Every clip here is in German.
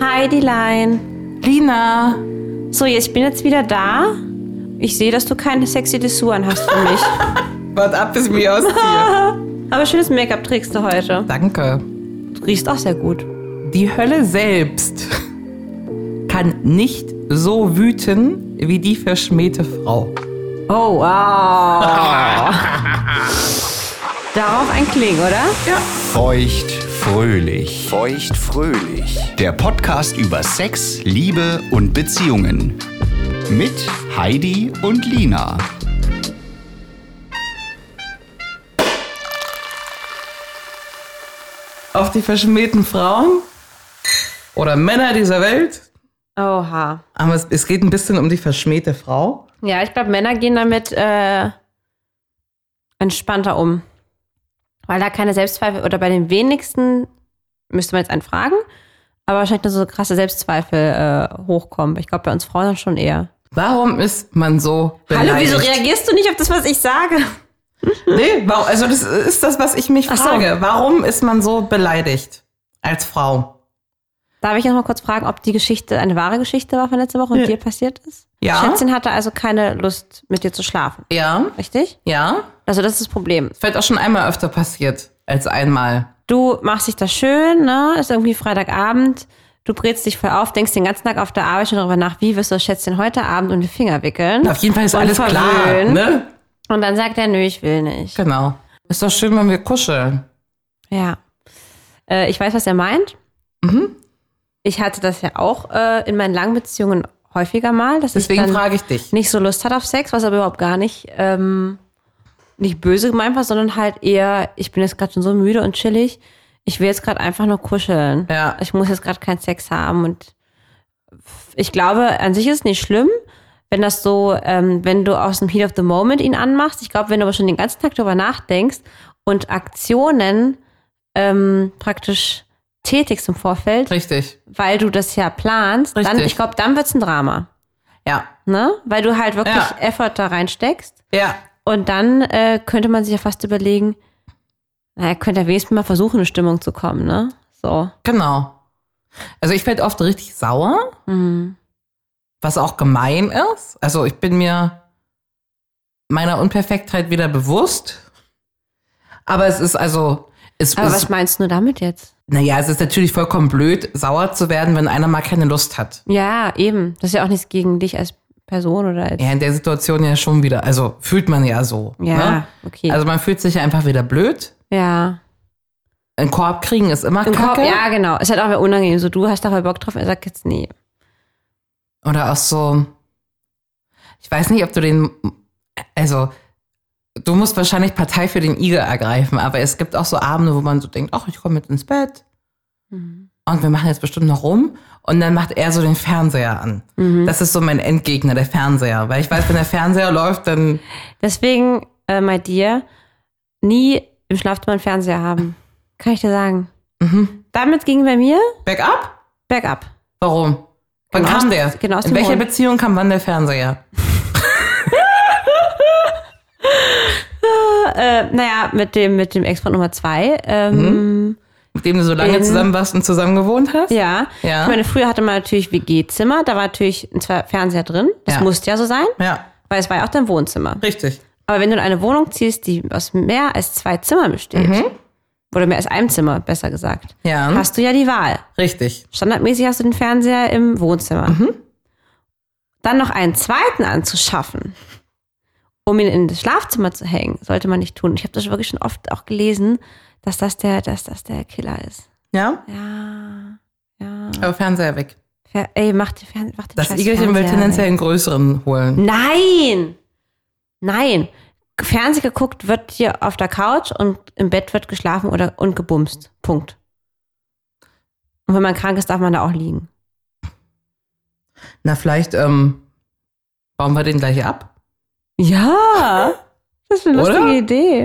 Hi, die Line. Lina, So, jetzt- ich bin jetzt wieder da. Ich sehe, dass du keine sexy Dessous hast für mich. wart ab, bis ich mich ausziehe. Aber schönes Make-up trägst du heute. Danke. Du riechst auch sehr gut. Die Hölle selbst kann nicht so wüten wie die verschmähte Frau. Oh, wow. Darauf ein Kling, oder? Feucht fröhlich. Feucht fröhlich. Der Podcast über Sex, Liebe und Beziehungen. Mit Heidi und Lina. Auf die verschmähten Frauen oder Männer dieser Welt. Oha. Aber es, es geht ein bisschen um die verschmähte Frau. Ja, ich glaube, Männer gehen damit äh, entspannter um. Weil da keine Selbstzweifel, oder bei den wenigsten müsste man jetzt einen fragen, aber wahrscheinlich nur so krasse Selbstzweifel äh, hochkommen. Ich glaube, bei uns Frauen schon eher. Warum ist man so beleidigt? Hallo, wieso reagierst du nicht auf das, was ich sage? Nee, warum, also das ist das, was ich mich Ach so. frage. Warum ist man so beleidigt als Frau? Darf ich noch mal kurz fragen, ob die Geschichte eine wahre Geschichte war von letzter Woche und dir passiert ist? Ja. Schätzchen hatte also keine Lust, mit dir zu schlafen, Ja, richtig? ja. Also das ist das Problem. Vielleicht auch schon einmal öfter passiert als einmal. du machst dich da schön, ne? Ist irgendwie Freitagabend. Du brätst dich voll auf, denkst den ganzen Tag auf der Arbeit schon darüber nach, wie wirst du das Schätzchen heute Abend um die Finger wickeln? Auf jeden Fall ist Und alles klar, verwöhnen. ne? Und dann sagt er, nö, ich will nicht. Genau. Ist doch schön, wenn wir kuscheln. Ja. Äh, ich weiß, was er meint. Mhm. Ich hatte das ja auch äh, in meinen langen Beziehungen häufiger mal, dass Deswegen ich dann frage ich dich. nicht so Lust hat auf Sex, was aber überhaupt gar nicht, ähm, nicht böse gemeint war, sondern halt eher, ich bin jetzt gerade schon so müde und chillig, ich will jetzt gerade einfach nur kuscheln. Ja. Ich muss jetzt gerade keinen Sex haben und ich glaube, an sich ist es nicht schlimm, wenn das so, ähm, wenn du aus dem Heat of the Moment ihn anmachst. Ich glaube, wenn du aber schon den ganzen Tag darüber nachdenkst und Aktionen ähm, praktisch tätigst im Vorfeld, Richtig. weil du das ja planst, dann, Richtig. ich glaube, dann wird's ein Drama. Ja. Ne? Weil du halt wirklich Ja. Effort da reinsteckst. Ja. Und dann äh, könnte man sich ja fast überlegen, naja, könnte er wenigstens mal versuchen, in Stimmung zu kommen, ne? So. Genau. Also ich werde oft richtig sauer, Mhm. was auch gemein ist. Also ich bin mir meiner Unperfektheit wieder bewusst. Aber es ist also, es Aber was ist, meinst du damit jetzt? naja, es ist natürlich vollkommen blöd, sauer zu werden, wenn einer mal keine Lust hat. Ja, eben. Das ist ja auch nichts gegen dich als Person oder als. Ja, in der Situation ja schon wieder. Also fühlt man ja so. Ja, ne? okay. Also man fühlt sich ja einfach wieder blöd. ja. Ein Korb kriegen ist immer Im Kopf, kacke. ja, genau. Ist halt auch wieder unangenehm. So, du hast da voll Bock drauf, er sagt jetzt nee. Oder auch so, ich weiß nicht, ob du den, also du musst wahrscheinlich Partei für den Igel ergreifen, aber es gibt auch so Abende, wo man so denkt, ach, ich komme mit ins Bett Mhm. und wir machen jetzt bestimmt noch rum und dann macht er so den Fernseher an. Mhm. Das ist so mein Endgegner, der Fernseher, weil ich weiß, wenn der Fernseher läuft, dann, Deswegen, äh, my dear, nie im Schlafzimmer einen Fernseher haben. Kann ich dir sagen. Damit ging bei mir back up? bergab. Warum? Wann Genau kam aus- der? genau aus In dem welcher Mond. Beziehung kam wann der Fernseher? Äh, naja, mit dem, mit dem Ex-Freund Nummer zwei. Mhm. Ähm, Mit dem du so lange In- zusammen warst und zusammen gewohnt hast? Ja. Ja. Ich meine, früher hatte man natürlich WG-Zimmer, da war natürlich ein Zwei- Fernseher drin. Das Ja. musste ja so sein, Ja, weil es war ja auch dein Wohnzimmer. richtig. Aber wenn du in eine Wohnung ziehst, die aus mehr als zwei Zimmern besteht, oder mehr als einem Zimmer, besser gesagt, Mhm. Ja. hast du ja die Wahl. Richtig. Standardmäßig hast du den Fernseher im Wohnzimmer. Mhm. Dann noch einen zweiten anzuschaffen, um ihn in das Schlafzimmer zu hängen, sollte man nicht tun. Ich habe das wirklich schon oft auch gelesen, dass das der, dass das der Killer ist. Ja? Ja, ja. Aber Fernseher weg. Fer ey, mach den, Fern mach den Das scheiß Igelchen will Fernseher tendenziell weg. einen größeren holen. Nein! Nein! Fernseh geguckt wird hier auf der Couch und im Bett wird geschlafen oder und gebumst. Punkt. Und wenn man krank ist, darf man da auch liegen. Na, vielleicht ähm, bauen wir den gleich ab. Ja! Das ist eine Oder? lustige Idee.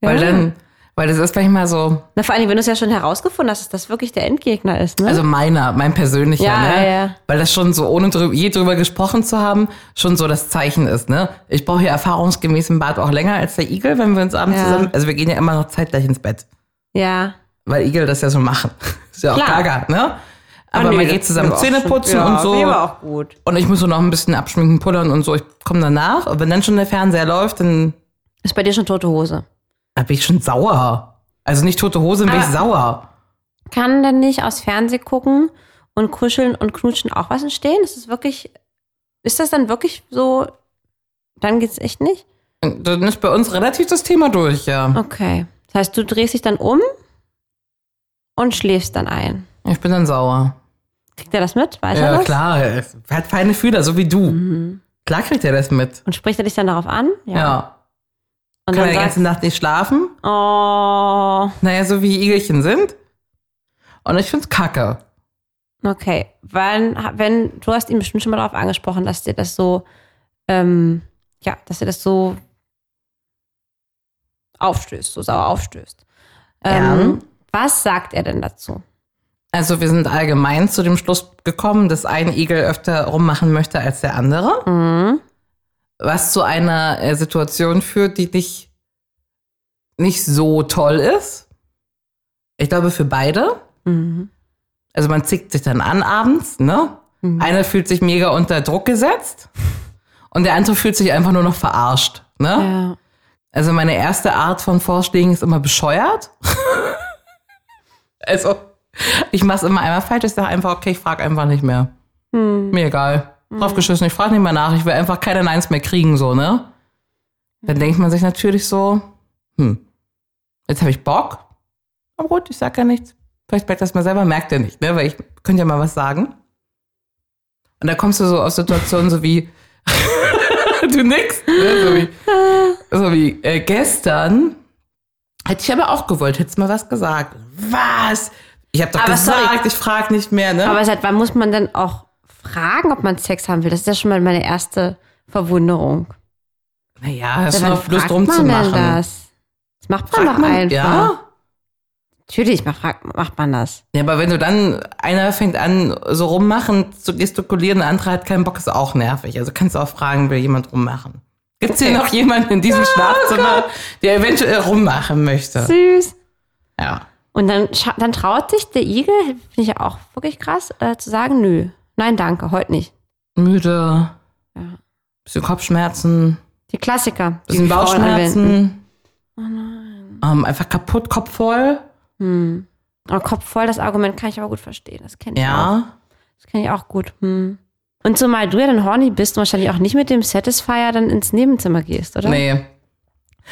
Ja. Weil dann, weil das ist vielleicht mal so, Na, vor allem, wenn du es ja schon herausgefunden hast, dass das wirklich der Endgegner ist, ne? also meiner, mein persönlicher, Ja, ne? ja, ja. Weil das schon so, ohne drü je drüber gesprochen zu haben, schon so das Zeichen ist, ne? Ich brauche ja erfahrungsgemäß im Bad auch länger als der Igel, wenn wir uns abends Ja. zusammen. Also wir gehen ja immer noch zeitgleich ins Bett. ja. Weil Igel das ja so machen. Ist ja auch Klar. Gaga, ne? Ah, Aber nee, man das geht zusammen war auch Zähne schon- putzen ja, und so. Nee, war auch gut. Und ich muss so noch ein bisschen abschminken, pullern und so. Ich komme danach. Und wenn dann schon der Fernseher läuft, dann Ist bei dir schon tote Hose. da bin ich schon sauer. Also nicht tote Hose, bin ich Aber- sauer. Kann denn nicht aus Fernseh gucken und kuscheln und knutschen auch was entstehen? Ist das wirklich, ist das dann wirklich so, dann geht's echt nicht? Und Dann ist bei uns relativ das Thema durch, ja. Okay. Das heißt, du drehst dich dann um und schläfst dann ein. Ich bin dann sauer. Kriegt er das mit? Weiß er Ja, das? klar. Er hat feine Fühler, so wie du. Mhm. Klar kriegt er das mit. Und spricht er dich dann darauf an? Ja. Und dann Kann er die sagst, ganze Nacht nicht schlafen? oh, Naja, so wie Igelchen sind. Und ich find's kacke. okay. Wann, wenn, du hast ihn bestimmt schon mal darauf angesprochen, dass dir das so, ähm, ja, dass dir das so aufstößt, so sauer aufstößt. Ähm, Was sagt er denn dazu? Also wir sind allgemein zu dem Schluss gekommen, dass ein Igel öfter rummachen möchte als der andere, Mhm. was zu einer äh, Situation führt, die nicht, nicht so toll ist. Ich glaube für beide. Mhm. Also man zickt sich dann an abends, ne? Mhm. Einer fühlt sich mega unter Druck gesetzt und der andere fühlt sich einfach nur noch verarscht, ne? Ja. Also meine erste Art von Vorschlägen ist immer bescheuert. also ich mache es immer einmal falsch. Ich sage einfach, okay, ich frage einfach nicht mehr. Hm. Mir egal. Draufgeschissen, ich frage nicht mehr nach. Ich will einfach keine Neins mehr kriegen, so, ne? Dann denkt man sich natürlich so, hm, jetzt habe ich Bock. Aber gut, ich sag ja nichts. Vielleicht merkt das mal selber, merkt er nicht, ne? Weil ich könnte ja mal was sagen. Und da kommst du so aus Situationen so wie, du nix, ne? so wie, so wie äh, gestern. Hätte ich aber auch gewollt, hättest mal was gesagt. Was? Ich habe doch Aber sorry. gesagt, ich frage nicht mehr, ne? Aber seit wann muss man denn auch fragen, ob man Sex haben will? Das ist ja schon mal meine erste Verwunderung. Naja, das ist Seit wann nur Lust fragt man rumzumachen. denn das? Das macht man Fragt doch man- einfach. Ja. Natürlich man fragt, macht man das. ja, aber wenn du dann, einer fängt an, so rummachen, zu gestikulieren, der andere hat keinen Bock, ist auch nervig. Also kannst du auch fragen, will jemand rummachen? Gibt es hier noch jemanden in diesem Schlafzimmer, der eventuell rummachen möchte? Süß. Ja. Und dann, scha- dann traut sich der Igel, finde ich ja auch wirklich krass, äh, zu sagen, nö, nein, danke, heute nicht. Müde, Ja. bisschen Kopfschmerzen, Die Klassiker. Die bisschen Frauen anwenden. Bauchschmerzen. Ähm, einfach kaputt, Kopf voll. Hm. Aber Kopf voll, das Argument kann ich aber gut verstehen. Das kenne ich auch. Ja. Das kenne ich auch gut. Hm. Und zumal du ja dann horny bist und wahrscheinlich auch nicht mit dem Satisfier dann ins Nebenzimmer gehst, oder? Nee.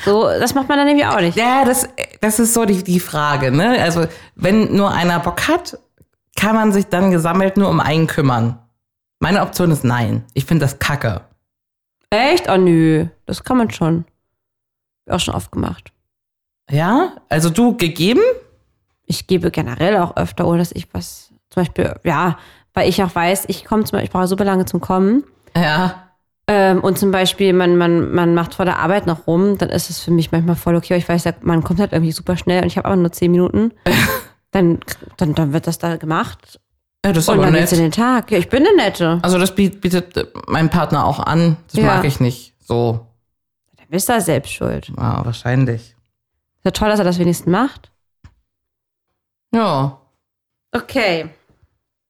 So, das macht man dann irgendwie auch nicht. Ja, das, das ist so die, die Frage, ne? Also, wenn nur einer Bock hat, kann man sich dann gesammelt nur um einen kümmern. Meine Option ist nein. Ich finde das kacke. Echt? Oh nö. Das kann man schon. Hab ich Auch schon oft gemacht. Ja? Also du gegeben? ich gebe generell auch öfter, ohne dass ich was, zum Beispiel, ja, weil ich auch weiß, ich komme zum Beispiel, ich brauche super lange zum Kommen. Ja. Ähm, und zum Beispiel, man, man, man macht vor der Arbeit noch rum, dann ist es für mich manchmal voll okay, weil ich weiß, da- man kommt halt irgendwie super schnell und ich habe aber nur zehn Minuten. Dann, dann, dann wird das da gemacht. Ja, das ist Und aber dann geht's in nett. den Tag. Ja, ich bin eine Nette. Also das biet- bietet mein Partner auch an. Das Ja. mag ich nicht. So. Dann bist du da selbst schuld. Ist Ja, wahrscheinlich. ja toll, dass er das wenigstens macht. Ja. Okay.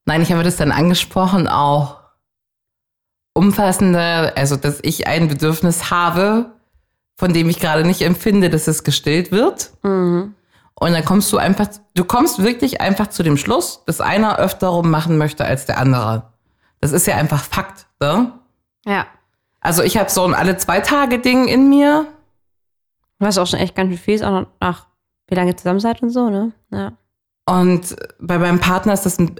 Nein, ich habe das dann angesprochen, auch umfassender, also dass ich ein Bedürfnis habe, von dem ich gerade nicht empfinde, dass es gestillt wird. Mhm. Und dann kommst du einfach, du kommst wirklich einfach zu dem Schluss, dass einer öfter rummachen möchte als der andere. Das ist ja einfach Fakt. Ne? Ja. Also ich habe so ein alle zwei Tage Ding in mir. Was auch schon echt ganz schön viel ist, auch noch nach wie lange ihr zusammen seid und so, ne? Ja. Und bei meinem Partner ist das ein,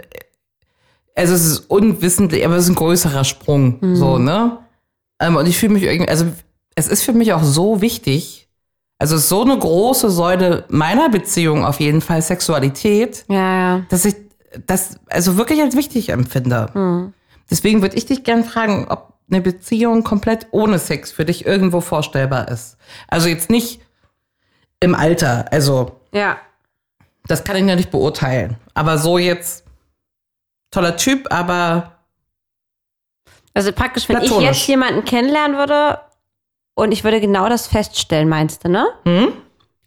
also es ist unwissentlich, aber es ist ein größerer Sprung, so, ne? Ähm, und ich fühle mich irgendwie, also es ist für mich auch so wichtig, also es ist so eine große Säule meiner Beziehung auf jeden Fall, Sexualität, Ja, ja. dass ich das also wirklich als wichtig empfinde. Mhm. Deswegen würde ich dich gerne fragen, ob eine Beziehung komplett ohne Sex für dich irgendwo vorstellbar ist. Also jetzt nicht im Alter, also Ja. das kann ich ja nicht beurteilen. Aber so jetzt, toller Typ, aber Also praktisch, wenn ich Platonisch. jetzt jemanden kennenlernen würde und ich würde genau das feststellen, meinst du, ne? hm?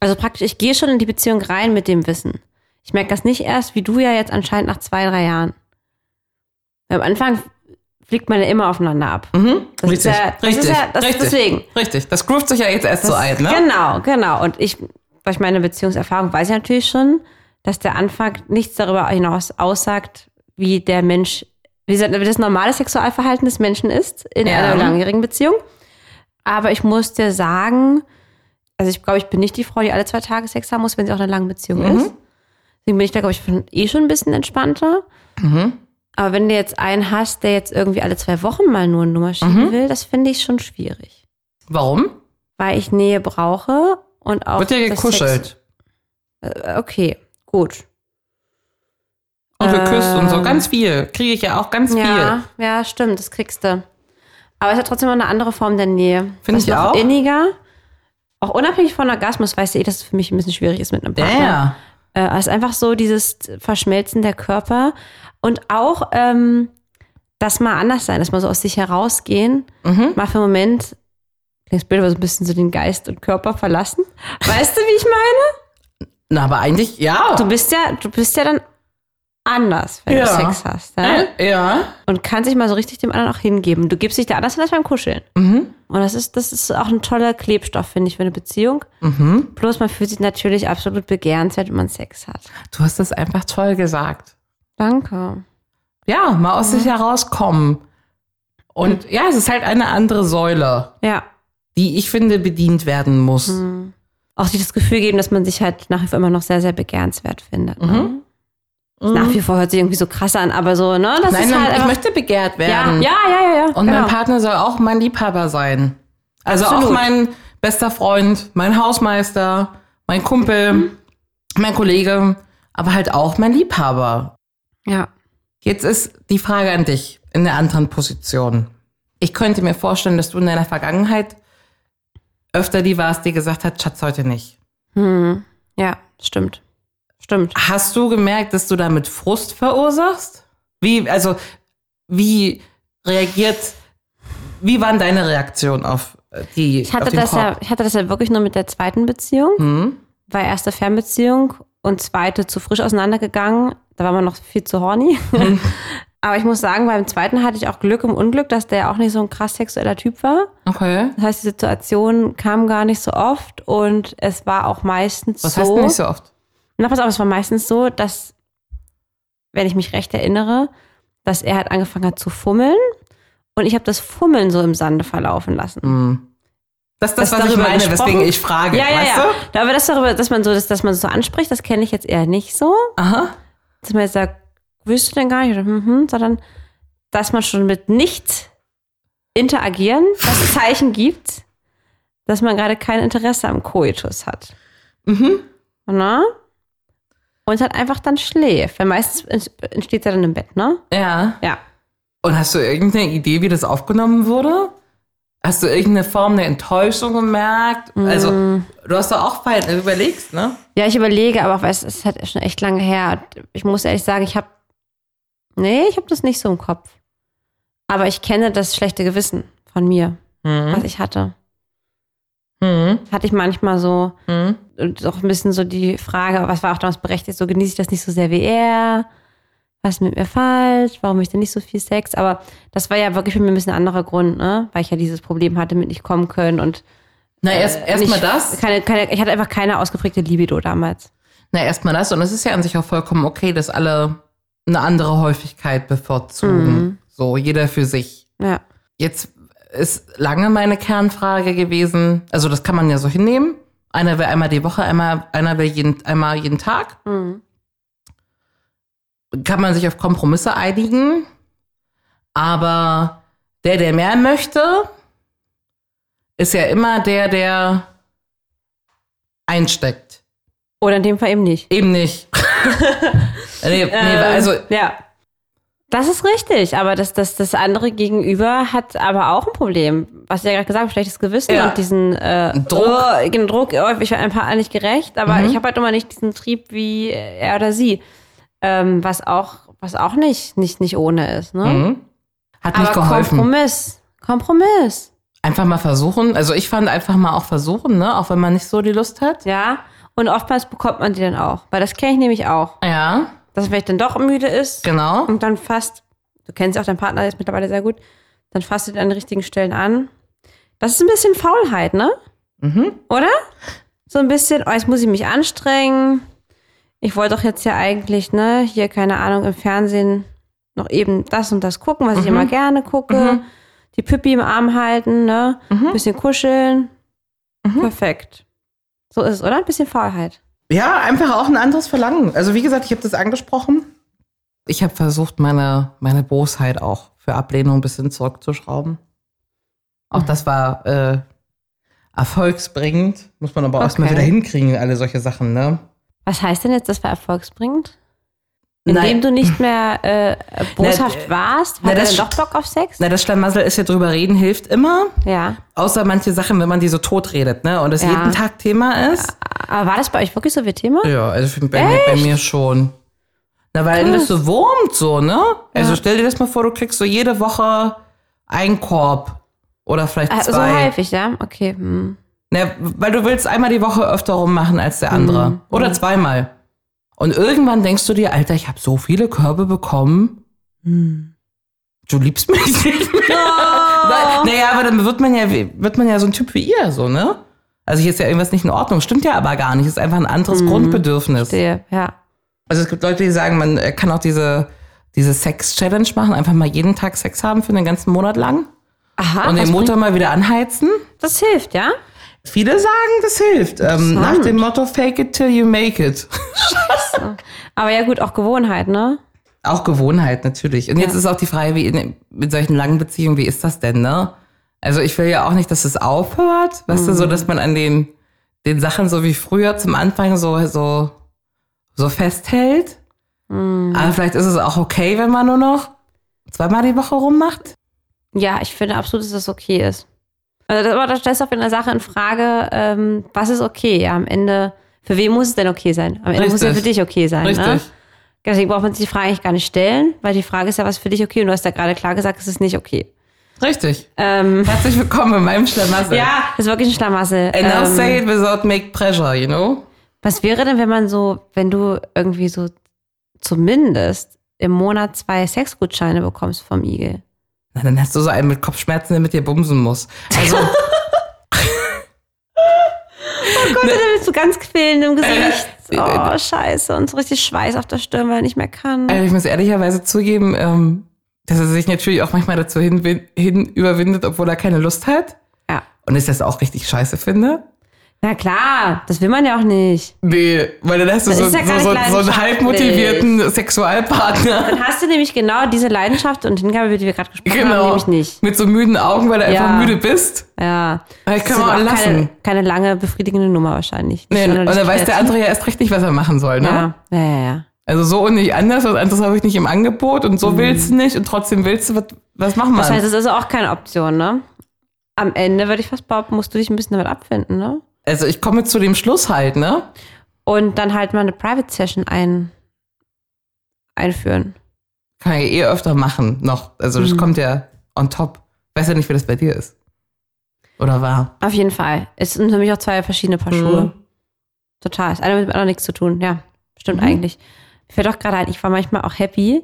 Also praktisch, ich gehe schon in die Beziehung rein mit dem Wissen. Ich merke das nicht erst, wie du ja jetzt anscheinend nach zwei, drei Jahren. Am Anfang fliegt man ja immer aufeinander ab. Das Richtig, ist ja, das Mhm, richtig, ist ja, das richtig, deswegen. richtig. Das groovt sich ja jetzt erst so ein, ne? Genau, genau. Und ich, durch meine Beziehungserfahrung weiß ich natürlich schon, dass der Anfang nichts darüber hinaus aussagt, wie der Mensch, wie se- wie das normale Sexualverhalten des Menschen ist in Ja. einer langjährigen Beziehung. Aber ich muss dir sagen, also ich glaube, ich bin nicht die Frau, die alle zwei Tage Sex haben muss, wenn sie auch in einer langen Beziehung Mhm. ist. Deswegen bin ich da, glaube ich, schon- eh schon ein bisschen entspannter. Mhm. Aber wenn du jetzt einen hast, der jetzt irgendwie alle zwei Wochen mal nur eine Nummer schieben Mhm. will, das finde ich schon schwierig Warum? weil ich Nähe brauche und auch. Wird ja das gekuschelt Sex, okay, gut. und geküsst und so. Ähm. Ganz viel. Kriege ich ja auch ganz viel. Ja, ja, stimmt, das kriegst du. Aber es hat trotzdem immer eine andere Form der Nähe. Find Das ich ist noch auch. Inniger. Auch unabhängig von Orgasmus weißt du eh, dass es für mich ein bisschen schwierig ist mit einem Ja, Partner. ja. Äh, es ist einfach so dieses Verschmelzen der Körper und auch ähm, das mal anders sein, dass mal so aus sich herausgehen, Mhm. mal für einen Moment, klingt blöd, aber so ein bisschen so den Geist und Körper verlassen. Weißt du, wie ich meine? Na, aber eigentlich, ja. du bist ja, du bist ja dann anders, wenn Ja. du Sex hast. Ne? Äh, ja. Und kannst dich mal so richtig dem anderen auch hingeben. Du gibst dich da anders hin als beim Kuscheln. Mhm. Und das ist, das ist auch ein toller Klebstoff, finde ich, für eine Beziehung. Mhm. Bloß man fühlt sich natürlich absolut begehrenswert, wenn man Sex hat. Du hast das einfach toll gesagt. Danke. Ja, mal aus Mhm. sich herauskommen. Und ja, es ist halt eine andere Säule, Ja. die ich finde bedient werden muss. Mhm. Auch sich das Gefühl geben, dass man sich halt nach wie vor immer noch sehr, sehr begehrenswert findet. Mhm. Ne? Nach wie vor hört sich irgendwie so krass an, aber so, ne? Das Nein, ist halt nein, ich einfach- möchte begehrt ja, werden. ja, ja, ja, ja. Und genau. mein Partner soll auch mein Liebhaber sein. Also auch Absolut. mein bester Freund, mein Hausmeister, mein Kumpel, Mhm. mein Kollege, aber halt auch mein Liebhaber. Ja. Jetzt ist die Frage an dich in der anderen Position. Ich könnte mir vorstellen, dass du in deiner Vergangenheit öfter die warst, die gesagt hat, Schatz, heute nicht. Hm. Ja, stimmt. Stimmt. Hast du gemerkt, dass du damit Frust verursachst? Wie, also, wie reagiert, wie waren deine Reaktionen auf äh, die? Ich hatte, auf den das ja, Korb? ich hatte das ja wirklich nur mit der zweiten Beziehung, Hm? weil erste Fernbeziehung und zweite zu frisch auseinandergegangen. Da war man noch viel zu horny. Mhm. Aber ich muss sagen, beim zweiten hatte ich auch Glück im Unglück, dass der ja auch nicht so ein krass sexueller Typ war. Okay. Das heißt, die Situation kam gar nicht so oft und es war auch meistens Was so. heißt denn nicht so oft? Na, pass auf, es war meistens so, dass, wenn ich mich recht erinnere, dass er halt angefangen hat zu fummeln und ich habe das Fummeln so im Sande verlaufen lassen. Hm. Das ist das, Dass was ich darüber meine, gesprochen- weswegen ich frage. Ja, ja, weißt ja. du? Da, aber das darüber, dass man so, dass, dass man so anspricht, das kenne ich jetzt eher nicht so. Aha. Dass man jetzt sagt, willst du denn gar nicht? Oder, hm, hm, sondern, dass man schon mit nicht interagieren das Zeichen gibt, dass man gerade kein Interesse am Koitus hat. Mhm. Ne? Und halt einfach dann schläft. Weil meistens ent- entsteht er dann im Bett, ne? Ja. Ja. Und hast du irgendeine Idee, wie das aufgenommen wurde? Hast du irgendeine Form der Enttäuschung gemerkt? Mhm. Also, Mm. du hast doch auch Verhalten, überlegst, ne? Ja, ich überlege, aber auch, weil es es ist halt schon echt lange her. Ich muss ehrlich sagen, ich habe. Nee, ich habe das nicht so im Kopf. Aber ich kenne das schlechte Gewissen von mir, Hm? was ich hatte. Mhm. Hatte ich manchmal so. Mhm. Und auch ein bisschen so die Frage, was war auch damals berechtigt, so genieße ich das nicht so sehr wie er? Was ist mit mir falsch? Warum habe ich denn nicht so viel Sex? Aber das war ja wirklich für mich ein bisschen ein anderer Grund, ne? Weil ich ja dieses Problem hatte mit nicht kommen können und. äh, Na, erst, erst mal nicht- das. Keine, keine, ich hatte einfach keine ausgeprägte Libido damals. Na, erstmal das. Und es ist ja an sich auch vollkommen okay, dass alle eine andere Häufigkeit bevorzugen. So, jeder für sich. Ja. Jetzt ist lange meine Kernfrage gewesen. Also, das kann man ja so hinnehmen. Einer will einmal die Woche, einmal, einer will jeden, einmal jeden Tag. Kann man sich auf Kompromisse einigen. Aber der, der mehr möchte, ist ja immer der, der einsteckt. Oder in dem Fall eben nicht. Eben nicht. nee, nee, Ähm. also, ja. Das ist richtig, aber das, das, das andere Gegenüber hat aber auch ein Problem. Was ich ja gerade gesagt habe, schlechtes Gewissen Ja. und diesen äh, Druck. Mhm. Oh, genau, Druck, oh, ich war ein paar nicht gerecht, aber ich habe halt immer nicht diesen Trieb wie er oder sie. Ähm, was auch, was auch nicht, nicht, nicht ohne ist. Ne? hm, hat Aber nicht geholfen. Kompromiss. Kompromiss. Einfach mal versuchen. Also ich fand einfach mal auch versuchen, ne? Auch wenn man nicht so die Lust hat. Ja. Und oftmals bekommt man die dann auch. Weil das kenne ich nämlich auch. Ja, Dass man vielleicht dann doch müde ist genau. und dann fast du kennst ja auch deinen Partner jetzt mittlerweile sehr gut, dann fasst du den an den richtigen Stellen an. Das ist ein bisschen Faulheit, ne? Mhm. Oder? So ein bisschen, oh, jetzt muss ich mich anstrengen. Ich wollte doch jetzt ja eigentlich, ne, hier, keine Ahnung, im Fernsehen noch eben das und das gucken, was ich immer gerne gucke. Die Püppi im Arm halten, ne? Ein bisschen kuscheln. Perfekt. So ist es, oder? Ein bisschen Faulheit. Ja, einfach auch ein anderes Verlangen. Also wie gesagt, ich habe das angesprochen. Ich habe versucht, meine, meine Bosheit auch für Ablehnung ein bisschen zurückzuschrauben. Auch das war äh, erfolgsbringend. Muss man aber auch erstmal Okay. wieder hinkriegen, alle solche Sachen, ne? Was heißt denn jetzt, das war erfolgsbringend? Nein. Indem du nicht mehr äh, boshaft Na, warst, na, hat er das denn doch Bock auf Sex? Na, das Schlamassel ist ja drüber reden, hilft immer. ja. Außer manche Sachen, wenn man die so tot redet, ne? Und es Ja. jeden Tag Thema ist. Aber war das bei euch wirklich so wie Thema? Ja, also für- bei, mir, bei mir schon. Na, weil das so wurmt so, ne? Also stell dir das mal vor, du kriegst so jede Woche einen Korb. Oder vielleicht Ah, Äh, zwei. so häufig, ja? Okay. Hm. Na, weil du willst einmal die Woche öfter rummachen als der andere. Mhm. Oder zweimal. Und irgendwann denkst du dir, Alter, ich habe so viele Körbe bekommen. Hm. Du liebst mich nicht mehr. Weil- Naja, aber dann wird man ja, wird man ja so ein Typ wie ihr, so, ne? Also hier ist ja irgendwas nicht in Ordnung. Stimmt ja aber gar nicht. Ist einfach ein Hm. anderes Grundbedürfnis. Sehe, ja. Also es gibt Leute, die sagen, man äh, kann auch diese, diese Sex-Challenge machen, einfach mal jeden Tag Sex haben für den ganzen Monat lang Aha, und was den Motor mal wieder anheizen. bringt- das hilft, ja? Viele sagen, das hilft. Ähm, nach dem Motto, fake it till you make it. Aber ja gut, auch Gewohnheit, ne? auch Gewohnheit natürlich. Und jetzt ist auch die Frage, wie in, mit solchen langen Beziehungen, wie ist das denn, ne? Also ich will ja auch nicht, dass es aufhört, weißt du, so Mhm. dass man an den, den Sachen so wie früher zum Anfang so, so, so festhält. Mhm. Aber vielleicht ist es auch okay, wenn man nur noch zweimal die Woche rummacht. Ja, ich finde absolut, dass das okay ist. Also das, aber das stellst du auch in der Sache in Frage, ähm, was ist okay? Ja, am Ende, für wen muss es denn okay sein? Am Ende muss es ja für Richtig. dich okay sein, ne? Richtig. Deswegen braucht man sich die Frage eigentlich gar nicht stellen, weil die Frage ist ja, was ist für dich okay? Und du hast ja gerade klar gesagt, es ist nicht okay. Richtig. Ähm, Herzlich willkommen in meinem Schlamassel. ja, das ist wirklich ein Schlamassel. And now Ähm, say it without make pressure, you know? was wäre denn, wenn man so, wenn du irgendwie so zumindest im Monat zwei Sexgutscheine bekommst vom Igel? Na, dann hast du so einen mit Kopfschmerzen, der mit dir bumsen muss. Also, Gott, Also dann bist du ganz quälend im Gesicht. Ne. Äh, Oh, scheiße. Und so richtig Schweiß auf der Stirn, weil er nicht mehr kann. also ich muss ehrlicherweise zugeben, ähm, dass er sich natürlich auch manchmal dazu hin, hin überwindet, obwohl er keine Lust hat. Ja. Und ich das auch richtig scheiße finde. Na klar, das will man ja auch nicht. Nee, weil dann hast du Das so, ist so, ja gar so, so nicht einen halb motivierten Sexualpartner. Dann hast du nämlich genau diese Leidenschaft und Hingabe, über die wir gerade gesprochen haben, Genau. nämlich nicht. Mit so müden Augen, weil du Ja. einfach müde bist. Ja. Aber ich Das kann ist man aber auch Also Keine, lassen. keine lange befriedigende Nummer wahrscheinlich. Nee, Schon und oder dann weiß nicht der andere ja erst recht nicht, was er machen soll, ne? Ja, ja, ja. ja. Also so und nicht anders, was anderes habe ich nicht im Angebot und so willst du nicht und trotzdem willst du, was, was machen wir? Mhm. Das heißt, es ist also auch keine Option, ne? Am Ende würde ich fast behaupten, musst du dich ein bisschen damit abfinden, ne? Also ich komme zu dem Schluss halt, ne? Und dann halt mal eine Private Session ein, einführen. Kann ich eh öfter machen noch. Also Mhm. das kommt ja on top. Weiß ja nicht, wie das bei dir ist. Oder war? Auf jeden Fall. Es sind für mich auch zwei verschiedene Mhm. Paar Schuhe. Total. Das eine hat mit dem anderen nichts zu tun. Ja, stimmt Mhm. eigentlich. Mir fällt auch gerade ein, ich war manchmal auch happy,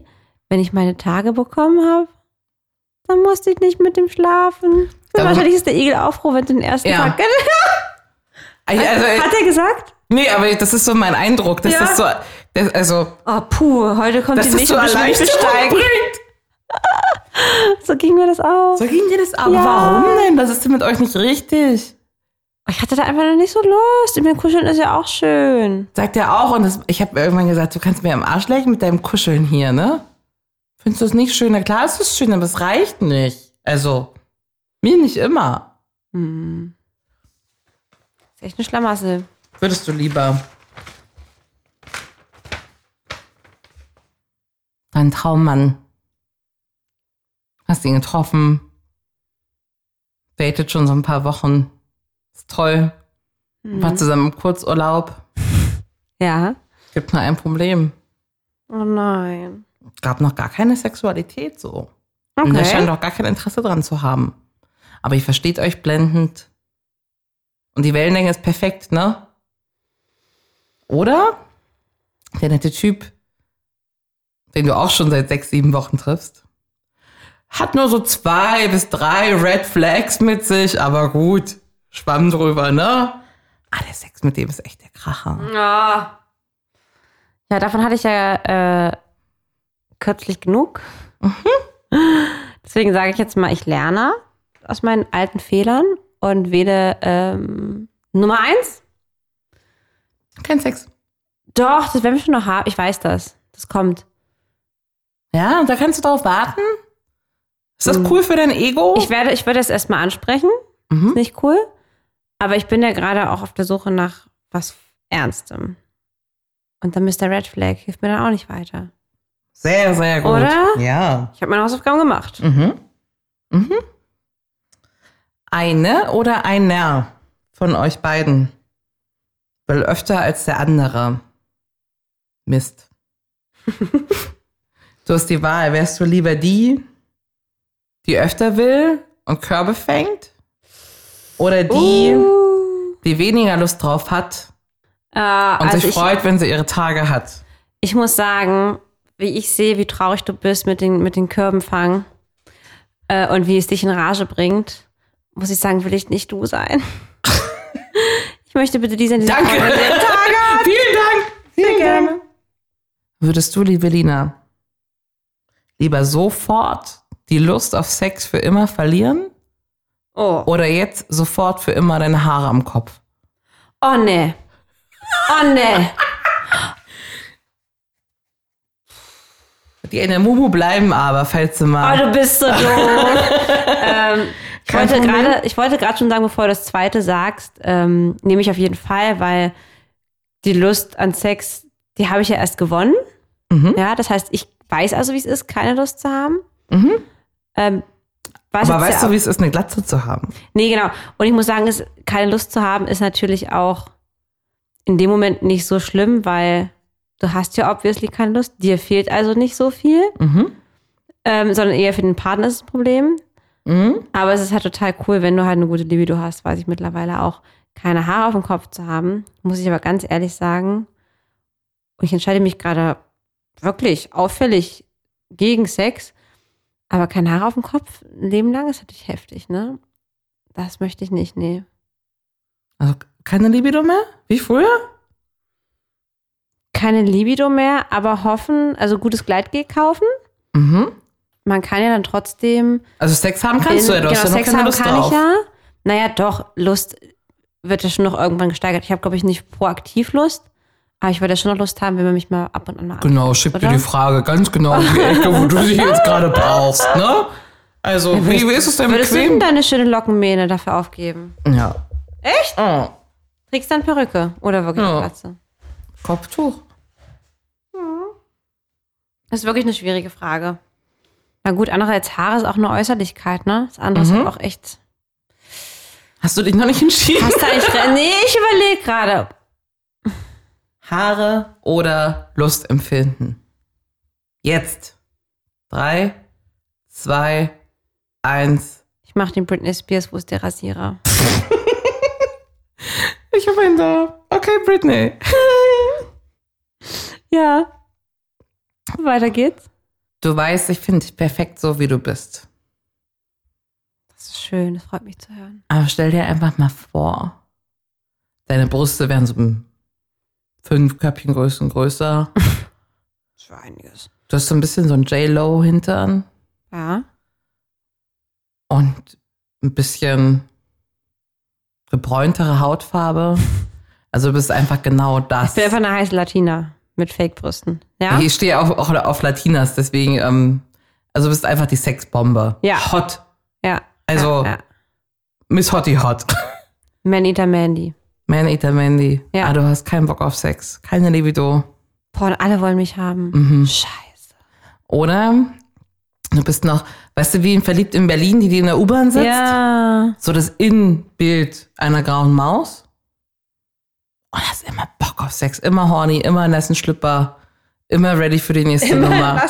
wenn ich meine Tage bekommen habe. Dann musste ich nicht mit dem schlafen. Aber- wahrscheinlich ist der Igel auch froh, wenn du den ersten Also Ja. Tag. Also, also, Hat er gesagt? nee, aber das ist so mein Eindruck. Das Ja. ist so, das, also, Oh, puh, heute kommt das die ist nicht so Erleichterung bringt. So ging mir das auch. So ging dir das aber. Ja. Warum denn? Was ist denn mit euch nicht richtig? Oh, Ich hatte da einfach noch nicht so Lust. Ich meine, Kuscheln ist ja auch schön. Sagt er auch. Und das, ich habe irgendwann gesagt, du kannst mir am Arsch lecken mit deinem Kuscheln hier, ne? Findest du es nicht schön? Na klar, es ist schön, aber es reicht nicht. Also, mir nicht immer. Hm. Ist echt eine Schlamassel. Würdest du lieber deinen Traummann hast ihn getroffen, datet schon so ein paar Wochen, ist toll, war Mhm. zusammen im Kurzurlaub, Hm. Ja. gibt nur ein Problem. Oh nein. gab noch gar keine Sexualität so. Und Okay. er scheint auch gar kein Interesse dran zu haben. Aber ihr versteht euch blendend. Und die Wellenlänge ist perfekt, ne? Oder der nette Typ, den du auch schon seit sechs, sieben Wochen triffst, Hat nur so zwei bis drei Red Flags mit sich, aber gut. Schwamm drüber, ne? Ah, der Sex mit dem ist echt der Kracher. Ja. Ah. Ja, davon hatte ich ja äh, kürzlich genug. Deswegen sage ich jetzt mal, ich lerne aus meinen alten Fehlern und wähle ähm, Nummer eins. Kein Sex. Doch, das werden wir schon noch haben. Ich weiß das. Das kommt. Ja, da kannst du drauf warten. Ist das cool für dein Ego? Hm. Ich werde, ich werde es erstmal ansprechen. Mhm. Ist nicht cool. Aber ich bin ja gerade auch auf der Suche nach was Ernstem. Und dann Mr. Red Flag hilft mir dann auch nicht weiter. sehr, sehr gut. Oder? Ja. Ich habe meine Hausaufgaben gemacht. Mhm. Mhm. Eine oder einer von euch beiden will öfter als der andere. Mist. du hast die Wahl. Wärst du lieber die, die öfter will und Körbe fängt? Oder die, Uh. die weniger Lust drauf hat Äh, und also sich ich, freut, wenn sie ihre Tage hat? ich muss sagen, wie ich sehe, wie traurig du bist mit den, mit den Körbenfang äh, und wie es dich in Rage bringt, muss ich sagen, will ich nicht du sein. ich möchte bitte die sein, die sich Danke. freut, wenn sie- Vielen Dank. Sehr gerne. Würdest du, liebe Lina, lieber sofort die Lust auf Sex für immer verlieren Oh. oder jetzt sofort für immer deine Haare am Kopf? Oh nee. Oh nee. Die in der Mumu bleiben aber, falls du Oh, mal. du bist so doof. ähm, ich Kein wollte Problem. gerade, ich wollte gerade schon sagen, bevor du das zweite sagst, ähm, nehme ich auf jeden Fall, weil die Lust an Sex, die habe ich ja erst gewonnen. Mhm. Ja, das heißt, ich weiß also, wie es ist, keine Lust zu haben. Mhm. Ähm, was Aber jetzt weißt ja, du, wie es ist, eine Glatze zu haben? Nee, genau. Und ich muss sagen, es, keine Lust zu haben, ist natürlich auch in dem Moment nicht so schlimm, weil du hast ja obviously keine Lust. Dir fehlt also nicht so viel, Mhm. ähm, sondern eher für den Partner ist es ein Problem. Mhm. Aber es ist halt total cool, wenn du halt eine gute Libido hast, weiß ich mittlerweile auch, keine Haare auf dem Kopf zu haben. Muss ich aber ganz ehrlich sagen. Und ich entscheide mich gerade wirklich auffällig gegen Sex. Aber keine Haare auf dem Kopf, ein Leben lang ist natürlich heftig, ne? Das möchte ich nicht, nee. Also keine Libido mehr? Wie früher? Keine Libido mehr, aber hoffen, also gutes Gleitgel kaufen. Mhm. Man kann ja dann trotzdem Also Sex haben kannst In- du ja, du hast genau, ja noch Sex keine haben Lust kann drauf. ich ja. Naja, doch, Lust wird ja schon noch irgendwann gesteigert. Ich habe, glaube ich, nicht proaktiv Lust, aber ich würde ja schon noch Lust haben, wenn man mich mal ab und an mal an. Genau, schick dir Oder? die Frage ganz genau in die Ecke, wo du dich jetzt gerade brauchst, ne? Also, wie, wie ist es denn Würdest du denn bequem? deine schöne Lockenmähne dafür aufgeben? Ja. Echt? Oh, Trägst dann Perücke oder wirklich Ja. Glatze? Kopftuch. Das ist wirklich eine schwierige Frage. Na gut, andererseits Haare ist auch eine Äußerlichkeit, ne? Das andere Mhm. ist halt auch echt... Hast du dich noch nicht entschieden? Hast du eigentlich... nee, ich überlege gerade. Haare oder Lustempfinden? Jetzt. Drei, zwei, eins. Ich mache den Britney Spears, wo ist der Rasierer? Ich hab einen da. Okay, Britney. Ja. Weiter geht's. Du weißt, ich finde dich perfekt so, wie du bist. Das ist schön, das freut mich zu hören. Aber stell dir einfach mal vor, deine Brüste wären so fünf Köpfchengrößen größer. Das war einiges. Du hast so ein bisschen so ein J-Lo-Hintern Ja. und ein bisschen gebräuntere Hautfarbe. Also du bist einfach genau Ich das. bin einfach eine heiße Latina mit Fake-Brüsten. Ja? Ich stehe auch, auch auf Latinas, deswegen, ähm, also du bist einfach die Sexbombe. Ja. Hot. ja. Also- Ja, ja. Miss Hotty Hot. Man Eater Mandy. Man Eater Mandy. Ja. Ah, du hast keinen Bock auf Sex. Keine Libido. Boah, und alle wollen mich haben. Mhm. Scheiße. Oder du bist noch, weißt du, wie in verliebt in Berlin, die, die in der U-Bahn sitzt? Ja. So das Innenbild einer grauen Maus. Und hast immer Bock auf Sex, immer horny, immer einen nassen Schlüpper, immer ready für die nächste Nummer.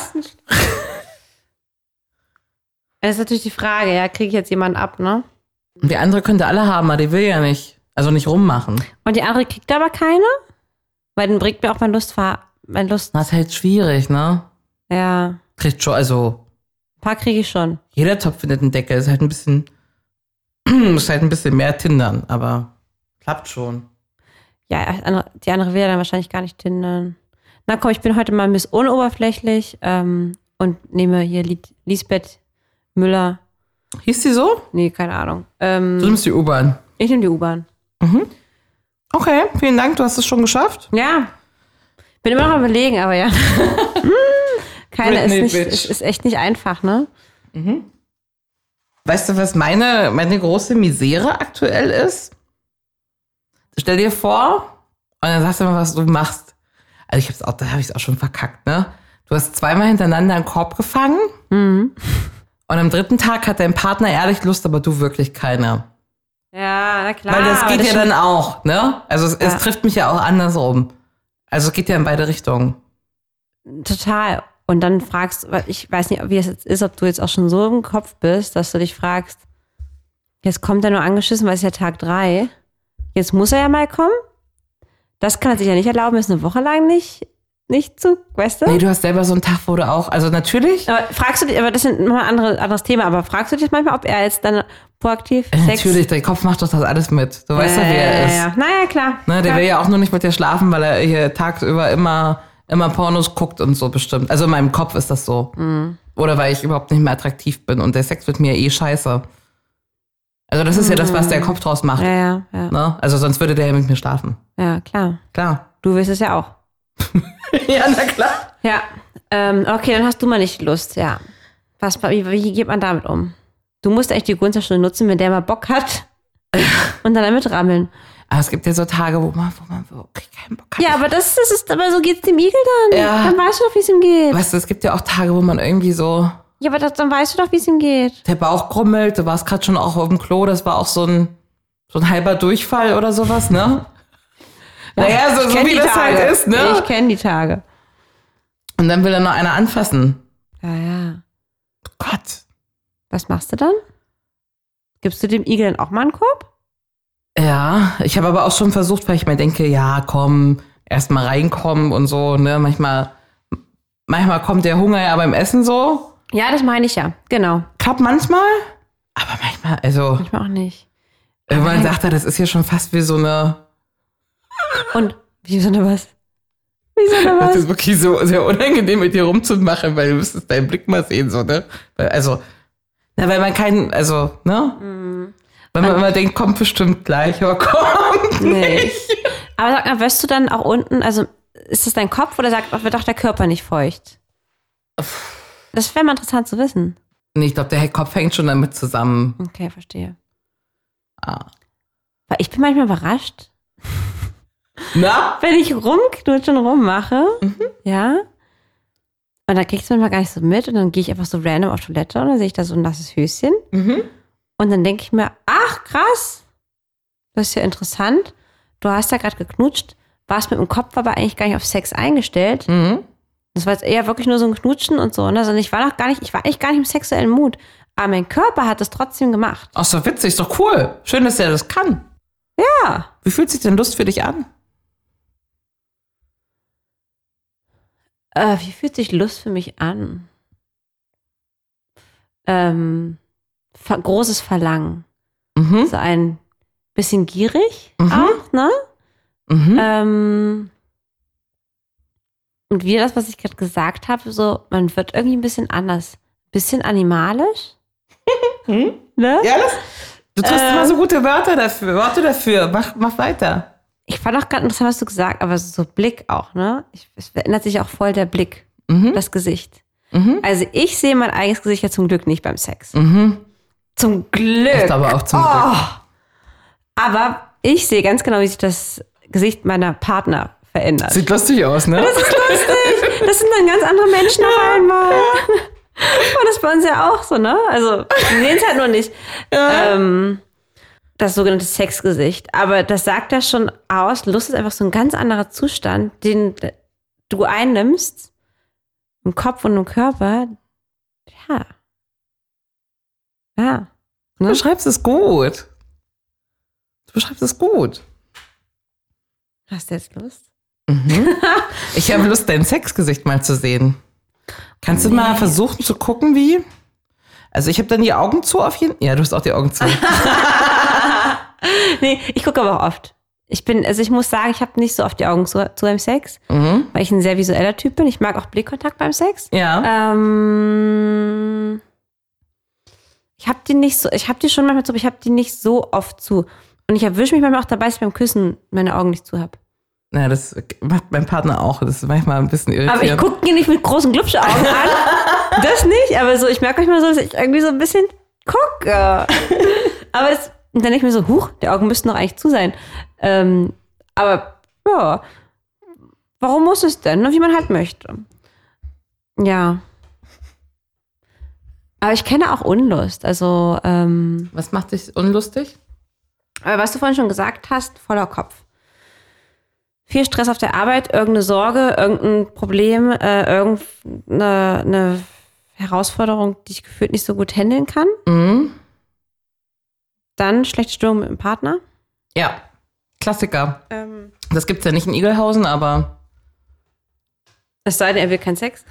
Das ist natürlich die Frage, ja, kriege ich jetzt jemanden ab, ne? Und die andere könnte alle haben, aber die will ja nicht. Also nicht rummachen. Und die andere kriegt aber keine? Weil dann bringt mir auch mein Lustver... Mein Lust... Das ist halt schwierig, ne? Ja. Kriegt schon, also Ein paar kriege ich schon. Jeder Topf findet einen Deckel. Ist halt ein bisschen, muss halt ein bisschen mehr tindern, aber klappt schon. Ja, andere- die andere will ja dann wahrscheinlich gar nicht tindern. Na komm, ich bin heute mal Miss Unoberflächlich ähm, und nehme hier Li Lisbeth Müller. Hieß die so? Nee, keine Ahnung. Du Ähm, nimmst die U-Bahn. ich nehme die U-Bahn. Okay, vielen Dank, du hast es schon geschafft. Ja. Bin immer noch am überlegen, aber ja. Hm, keine Britney, ist, nicht, bitch. ist, ist echt nicht einfach, ne? Weißt du, was meine, meine große Misere aktuell ist? Stell dir vor, und dann sagst du mal, was du machst. Also ich hab's auch, da habe ich es auch schon verkackt, ne? Du hast zweimal hintereinander einen Korb gefangen Mhm. und am dritten Tag hat dein Partner ehrlich Lust, aber du wirklich keine. Ja, na klar. Weil das aber geht ja stimmt. dann auch, ne? Also es, es Ja. trifft mich ja auch andersrum. Also es geht ja in beide Richtungen. Total. Und dann fragst, weil ich weiß nicht, wie das jetzt ist, ob du jetzt auch schon so im Kopf bist, dass du dich fragst, jetzt kommt er nur angeschissen, weil es ist ja Tag drei Jetzt muss er ja mal kommen. Das kann er sich ja nicht erlauben, ist eine Woche lang nicht, nicht zu, weißt du? Nee, du hast selber so einen Tag, wo du auch, also natürlich, aber fragst du dich, aber das ist nochmal ein andere, anderes Thema, aber fragst du dich manchmal, ob er jetzt dann proaktiv Sex... Äh, natürlich, dein Kopf macht doch das alles mit. Du weißt ja, ja, wer er ist. ja, ja. Naja, klar. Ne, der klar. will ja auch nur nicht mit dir schlafen, weil er hier tagsüber immer, immer Pornos guckt und so bestimmt. Also in meinem Kopf ist das so. Oder weil ich überhaupt nicht mehr attraktiv bin und der Sex mit mir eh scheiße. Also das ist ja das, was der Kopf draus macht. Ja, ja, ja, Ne? Also sonst würde der ja mit mir schlafen. ja, klar. Klar. Du willst es ja auch. ja, na klar. Ja, ähm, okay, dann hast du mal nicht Lust, ja. Was, wie, wie geht man damit um? Du musst echt die Gunsterstunde nutzen, wenn der mal Bock hat. Und dann damit rammeln. Aber es gibt ja so Tage, wo man, wo man wirklich keinen Bock hat. Ja, aber das, das ist, aber so geht's dem Igel dann. Ja. Dann weißt du doch, wie es ihm geht. Weißt du, es gibt ja auch Tage, wo man irgendwie so, Ja, aber das, dann weißt du doch, wie es ihm geht. der Bauch grummelt, du warst gerade schon auch auf dem Klo, das war auch so ein, so ein halber Durchfall oder sowas, ne? Naja, so, Ich so kenn wie die das Tage. halt ist, ne? Ich kenne die Tage. Und dann will er noch einer anfassen. Ja, ja. Gott. Was machst du dann? Gibst du dem Igel dann auch mal einen Korb? Ja, ich habe aber auch schon versucht, weil ich mir denke, ja, komm, erst mal reinkommen und so, ne? Manchmal, manchmal kommt der Hunger ja beim Essen so. Ja, das meine ich ja. Genau. Klappt manchmal, aber manchmal, also, Ich mach auch nicht. irgendwann sagt er, das ist hier schon fast wie so eine, Und wie so eine was? Wie so eine das was? ist wirklich so sehr unangenehm, mit dir rumzumachen, weil du müsstest deinen Blick mal sehen, so, ne? Weil, also, na, weil man keinen, also, ne? Weil man immer denkt, kommt bestimmt gleich, aber kommt Nee. Aber sag mal, wirst du dann auch unten, also ist das dein Kopf oder sagt, wird auch der Körper nicht feucht? Das wäre mal interessant zu wissen. Nee, ich glaube, der Kopf hängt schon damit zusammen. Okay, verstehe. Ah. Weil ich bin manchmal überrascht, Na? wenn ich rumknutschen und rummache, ja, und dann kriegst du manchmal gar nicht so mit und dann gehe ich einfach so random auf Toilette und dann sehe ich da so ein nasses Höschen und dann denke ich mir, ach krass, das ist ja interessant, du hast da gerade geknutscht, warst mit dem Kopf aber eigentlich gar nicht auf Sex eingestellt Mhm. Das war jetzt eher wirklich nur so ein Knutschen und so, ne? Sondern ich war noch gar nicht, ich war eigentlich gar nicht im sexuellen Mut. Aber mein Körper hat es trotzdem gemacht. Ach, ist doch witzig, ist doch cool. Schön, dass er das kann. Ja. Wie fühlt sich denn Lust für dich an? Äh, wie fühlt sich Lust für mich an? Ähm, ver großes Verlangen. Mhm. So ein bisschen gierig Mhm. auch, ne? Mhm. Ähm, und wieder das, was ich gerade gesagt habe, so, man wird irgendwie ein bisschen anders. Bisschen animalisch. ne? Ja, das, du triffst Äh. immer so gute Wörter dafür. Worte dafür. Mach, mach weiter. Ich fand auch gerade interessant, was du gesagt hast, aber so Blick auch, ne? Ich, es verändert sich auch voll der Blick, Mhm. das Gesicht. Mhm. Also ich sehe mein eigenes Gesicht ja zum Glück nicht beim Sex. Mhm. Zum Glück. Oh. Ich glaube auch zum Glück. Aber ich sehe ganz genau, wie sich das Gesicht meiner Partner verändert. Sieht lustig aus, ne? Das sind dann ganz andere Menschen auf einmal. Und das ist bei uns ja auch so, ne? Also, wir sehen es halt nur nicht. Äh, Ähm, das sogenannte Sexgesicht. Aber das sagt ja schon aus, Lust ist einfach so ein ganz anderer Zustand, den du einnimmst, im Kopf und im Körper. Ja. Ja. Du beschreibst es gut. Du beschreibst es gut. Hast du jetzt Lust? Ich habe Lust, dein Sexgesicht mal zu sehen. Kannst du mal versuchen zu gucken, wie? Also ich habe dann die Augen zu auf jeden Ja, du hast auch die Augen zu. Nee, ich gucke aber auch oft. Ich bin, also ich muss sagen, ich habe nicht so oft die Augen zu, zu beim Sex, Mhm. weil ich ein sehr visueller Typ bin. Ich mag auch Blickkontakt beim Sex. ja. Ähm, ich habe die nicht so, ich habe die schon manchmal zu, aber ich habe die nicht so oft zu. Und ich erwische mich manchmal auch dabei, dass ich beim Küssen meine Augen nicht zu habe. Na, das macht mein Partner auch. Das ist manchmal ein bisschen irritierend. Aber ich gucke ihn nicht mit großen Glubschaugen an. Das nicht, aber so, ich merke euch mal so, dass ich irgendwie so ein bisschen gucke. Aber es, und dann denke ich mir so, huch, die Augen müssten doch eigentlich zu sein. Ähm, aber ja, warum muss es denn? Nur wie man halt möchte. Ja. Aber ich kenne auch Unlust. Also, ähm, Was macht dich unlustig? aber was du vorhin schon gesagt hast, voller Kopf. Viel Stress auf der Arbeit, irgendeine Sorge, irgendein Problem, äh, irgendeine eine Herausforderung, die ich gefühlt nicht so gut handeln kann. Mhm. Dann schlechte Stimmung mit dem Partner. Ja. Klassiker. Das gibt's ja nicht in Igelhausen, aber Es sei denn, er will keinen Sex.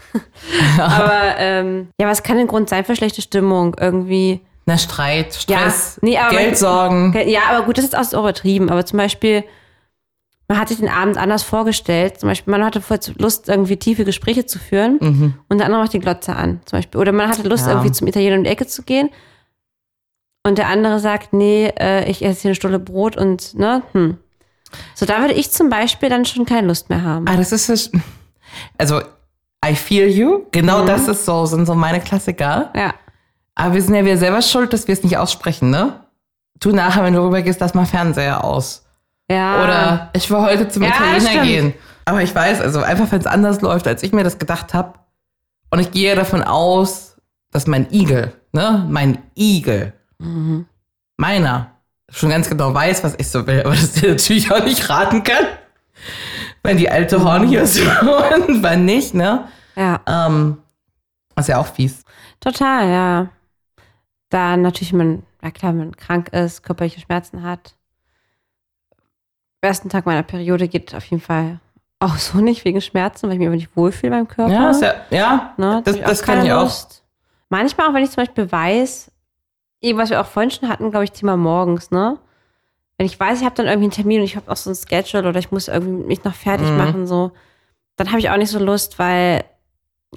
aber ähm, ja, was kann ein Grund sein für schlechte Stimmung? Irgendwie. na, Streit, Stress, nee, aber- Geldsorgen. Okay, Ja, aber gut, das ist auch so übertrieben. Aber zum Beispiel, man hat sich den Abend anders vorgestellt. Zum Beispiel, man hatte vorher Lust, irgendwie tiefe Gespräche zu führen. Und der andere macht die Glotze an, zum Beispiel. Oder man hatte Lust, Mhm. Ja. irgendwie zum Italiener um die Ecke zu gehen. Und der andere sagt, nee, äh, ich esse hier eine Stulle Brot und, ne, hm. So, da würde ich zum Beispiel dann schon keine Lust mehr haben. Ah, das ist das- also I feel you. Genau das ist so, sind so meine Klassiker. Ja. Aber wir sind ja wir selber schuld, dass wir es nicht aussprechen, ne? Tu nachher, wenn du rübergehst, lass mal Fernseher aus. Ja. Oder ich will heute zum Ah. Ja, Italiener stimmt. gehen. Aber ich weiß, also einfach, wenn es anders läuft, als ich mir das gedacht habe. Und ich gehe davon aus, dass mein Igel, ne, mein Igel, Mhm. meiner, schon ganz genau weiß, was ich so will, aber das dir natürlich auch nicht raten kann. Wenn die alte Horn hier ist und wann nicht, ne? Ja. Ähm, ist ja auch fies. Total, ja. Da natürlich man, ja klar, man krank ist, körperliche Schmerzen hat. Am ersten Tag meiner Periode geht auf jeden Fall auch so nicht wegen Schmerzen, weil ich mich aber nicht wohlfühle beim Körper. Ja, ist ja, ja ne? das, Hab das kann keine ich auch. Lust. Manchmal auch, wenn ich zum Beispiel weiß, eben was wir auch vorhin schon hatten, glaube ich, Thema morgens, ne? Wenn ich weiß, ich habe dann irgendwie einen Termin und ich habe auch so ein Schedule oder ich muss irgendwie mich noch fertig Mhm. machen, so, dann habe ich auch nicht so Lust, weil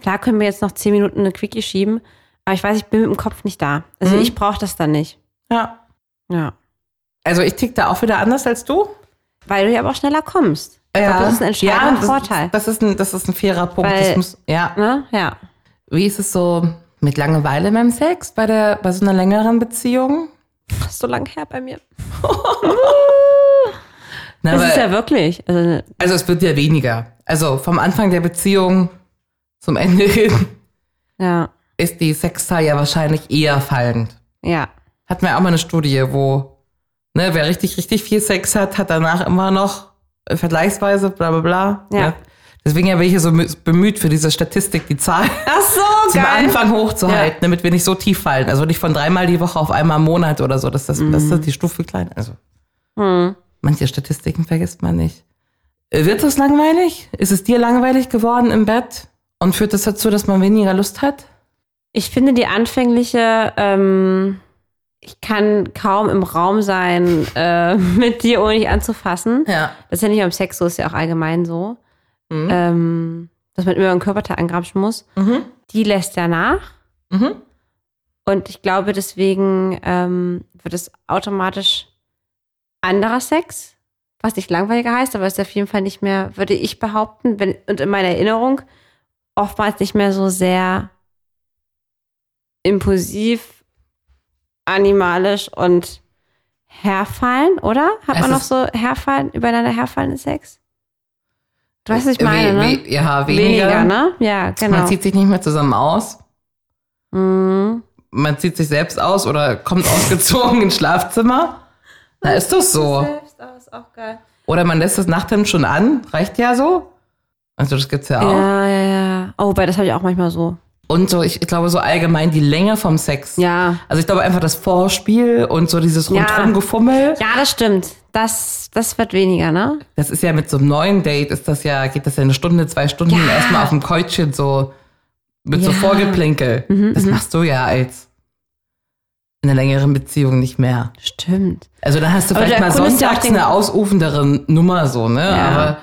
klar können wir jetzt noch zehn Minuten eine Quickie schieben, aber ich weiß, ich bin mit dem Kopf nicht da. Also Mhm. ich brauche das dann nicht. Ja. Ja. Also ich tick da auch wieder anders als du. Weil du ja aber auch schneller kommst. Ich Ja. glaub, das ist ein entscheidender das, Vorteil. Das ist ein, das ist ein fairer Punkt. Weil- das muss, ja. Ne? Ja. Wie ist es so mit Langeweile beim Sex bei, der, bei so einer längeren Beziehung? Das ist so lange her bei mir. Na, das weil- ist ja wirklich. Also, also es wird ja weniger. Also vom Anfang der Beziehung zum Ende hin ja. ist die Sexzahl ja wahrscheinlich eher fallend. Ja. Hatten wir auch mal eine Studie, wo ne, wer richtig, richtig viel Sex hat, hat danach immer noch äh, vergleichsweise bla bla bla. ne? Ja. Deswegen ja bin ich hier so mü- bemüht für diese Statistik, die Zahl Ach so, zum geil. Anfang hochzuhalten, damit wir nicht so tief fallen. Also nicht von dreimal die Woche auf einmal im Monat oder so. Das, das, das Mhm. ist die Stufe klein. Also Hm. manche Statistiken vergisst man nicht. Äh, Wird es langweilig? Ist es dir langweilig geworden im Bett? Und führt das dazu, dass man weniger Lust hat? Ich finde die anfängliche, ähm, ich kann kaum im Raum sein äh, mit dir, ohne dich anzufassen. Ja. Das ist ja nicht nur im Sex so, ist ja auch allgemein so, Mhm. ähm, dass man immer einen Körperteil angramschen muss. Mhm. Die lässt ja nach. Mhm. Und ich glaube, deswegen ähm, wird es automatisch anderer Sex, was nicht langweiliger heißt, aber es ist auf jeden Fall nicht mehr, würde ich behaupten, wenn, und in meiner Erinnerung oftmals nicht mehr so sehr impulsiv, animalisch und herfallen, oder? Hat Es man noch ist- so herfallen, übereinander herfallen in Sex? Du weißt, was ich We- meine, ne? Äh, we- Ja, weniger. ne? Ja, genau. Man zieht sich nicht mehr zusammen aus. Mhm. Man zieht sich selbst aus oder kommt ausgezogen ins Schlafzimmer. Na, ist das so. Selbst, aber ist auch geil. Oder man lässt das Nachthemd schon an. Reicht ja so. Also das gibt's ja auch. Ja, ja, ja. Oh, wobei, das habe ich auch manchmal so. Und so, ich, ich glaube, so allgemein die Länge vom Sex. Ja. Also ich glaube einfach das Vorspiel und so dieses Ja. Rundherum-Gefummel. Ja, das stimmt. Das, das wird weniger, ne? Das ist ja mit so einem neuen Date, ist das ja, geht das ja eine Stunde, zwei Stunden Ja. erstmal auf dem Käutchen so mit so Ja. Mhm, Vorgeplinkel. Das machst du ja als in einer längeren Beziehung nicht mehr. Stimmt. Also da hast du Aber vielleicht du mal erkundest ja auch sonntags den- eine ausufendere Nummer so, ne? Ja. Aber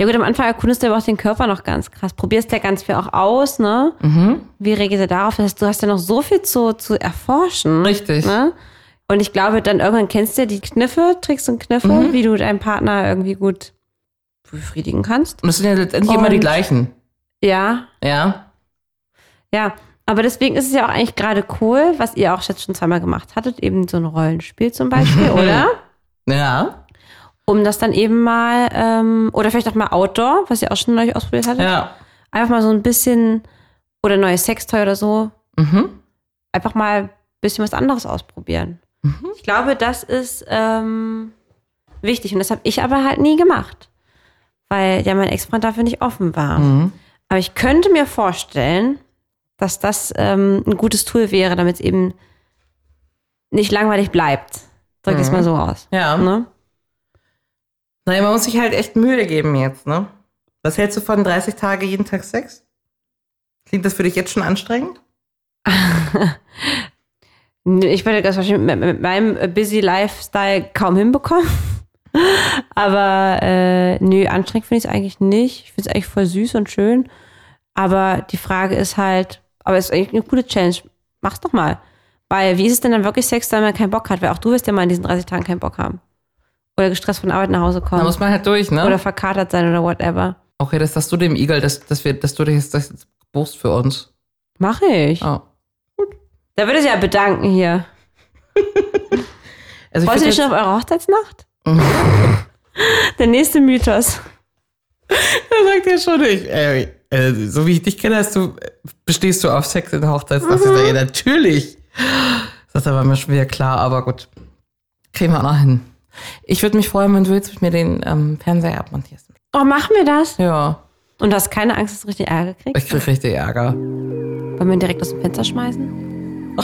Ja gut, am Anfang erkundest du aber auch den Körper noch ganz krass. Probierst ja ganz viel auch aus, ne? Wie reagierst du darauf? Das heißt, du hast ja noch so viel zu, zu erforschen. Richtig. Ne? Und ich glaube, dann irgendwann kennst du ja die Kniffe, Tricks und Kniffe, wie du deinen Partner irgendwie gut befriedigen kannst. und es sind ja letztendlich immer die Und- gleichen. Ja, Ja. ja. Aber deswegen ist es ja auch eigentlich gerade cool, was ihr auch jetzt schon zweimal gemacht hattet, eben so ein Rollenspiel zum Beispiel, oder? Ja. Um das dann eben mal, ähm, oder vielleicht auch mal Outdoor, was ihr auch schon neulich ausprobiert hattet. Ja. einfach mal so ein bisschen oder neues Sextoy oder so, Mhm. einfach mal ein bisschen was anderes ausprobieren. Mhm. Ich glaube, das ist ähm, wichtig und das habe ich aber halt nie gemacht, weil ja mein Ex-Freund dafür nicht offen war. Mhm. Aber ich könnte mir vorstellen, dass das ähm, ein gutes Tool wäre, damit es eben nicht langweilig bleibt. Drück Mhm. es mal so aus. Ja. Ne? Naja, man muss sich halt echt Mühe geben jetzt, ne? Was hältst du von 30 Tage jeden Tag Sex? Klingt das für dich jetzt schon anstrengend? Nee, Ich würde das wahrscheinlich mit, mit meinem Busy Lifestyle kaum hinbekommen. Aber äh, nö, anstrengend finde ich es eigentlich nicht. Ich finde es eigentlich voll süß und schön. Aber die Frage ist halt, aber es ist eigentlich eine coole Challenge. Mach's doch mal. Weil wie ist es denn dann wirklich Sex, wenn man keinen Bock hat? Weil auch du wirst ja mal in diesen 30 Tagen keinen Bock haben. Oder gestresst von der Arbeit nach Hause Da kommen. muss man halt durch, ne? Oder verkatert sein oder whatever. okay, das sagst du dem Igel, dass, dass, wir, dass du dich jetzt das jetzt buchst für uns. Mache ich. Oh. Da würde ich ja bedanken hier. Also Wollt ihr find nicht schon auf eure Hochzeitsnacht? der nächste Mythos. Er sagt ja schon, ich, ey, äh, so wie ich dich kenne, hast du, bestehst du auf Sex in der Hochzeitsnacht. Mhm. Ich sage, ja, natürlich. Das ist aber mir schon wieder klar, aber gut. Kriegen wir auch noch hin. Ich würde mich freuen, wenn du jetzt mit mir den ähm, Fernseher abmontierst. Oh, machen wir das? Ja, Und du hast keine Angst, dass du richtig Ärger kriegst? ich krieg richtig Ärger. Wollen wir ihn direkt aus dem Fenster schmeißen?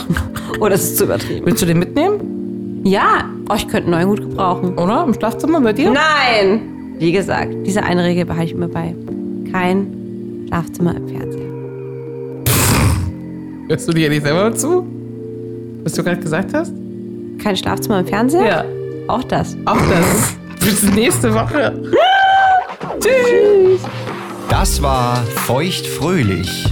Oh, das ist zu übertrieben. Willst du den mitnehmen, Ja, oh, ich könnte einen neuen Hut gebrauchen. oder? Im Schlafzimmer bei dir? Nein! Wie gesagt, diese eine Regel behalte ich immer bei. Kein Schlafzimmer im Fernseher. Hörst du dir nicht selber zu? Was du gerade gesagt hast? Kein Schlafzimmer im Fernseher? Ja. Auch das. Auch das. Bis nächste Woche. Das war Feucht fröhlich.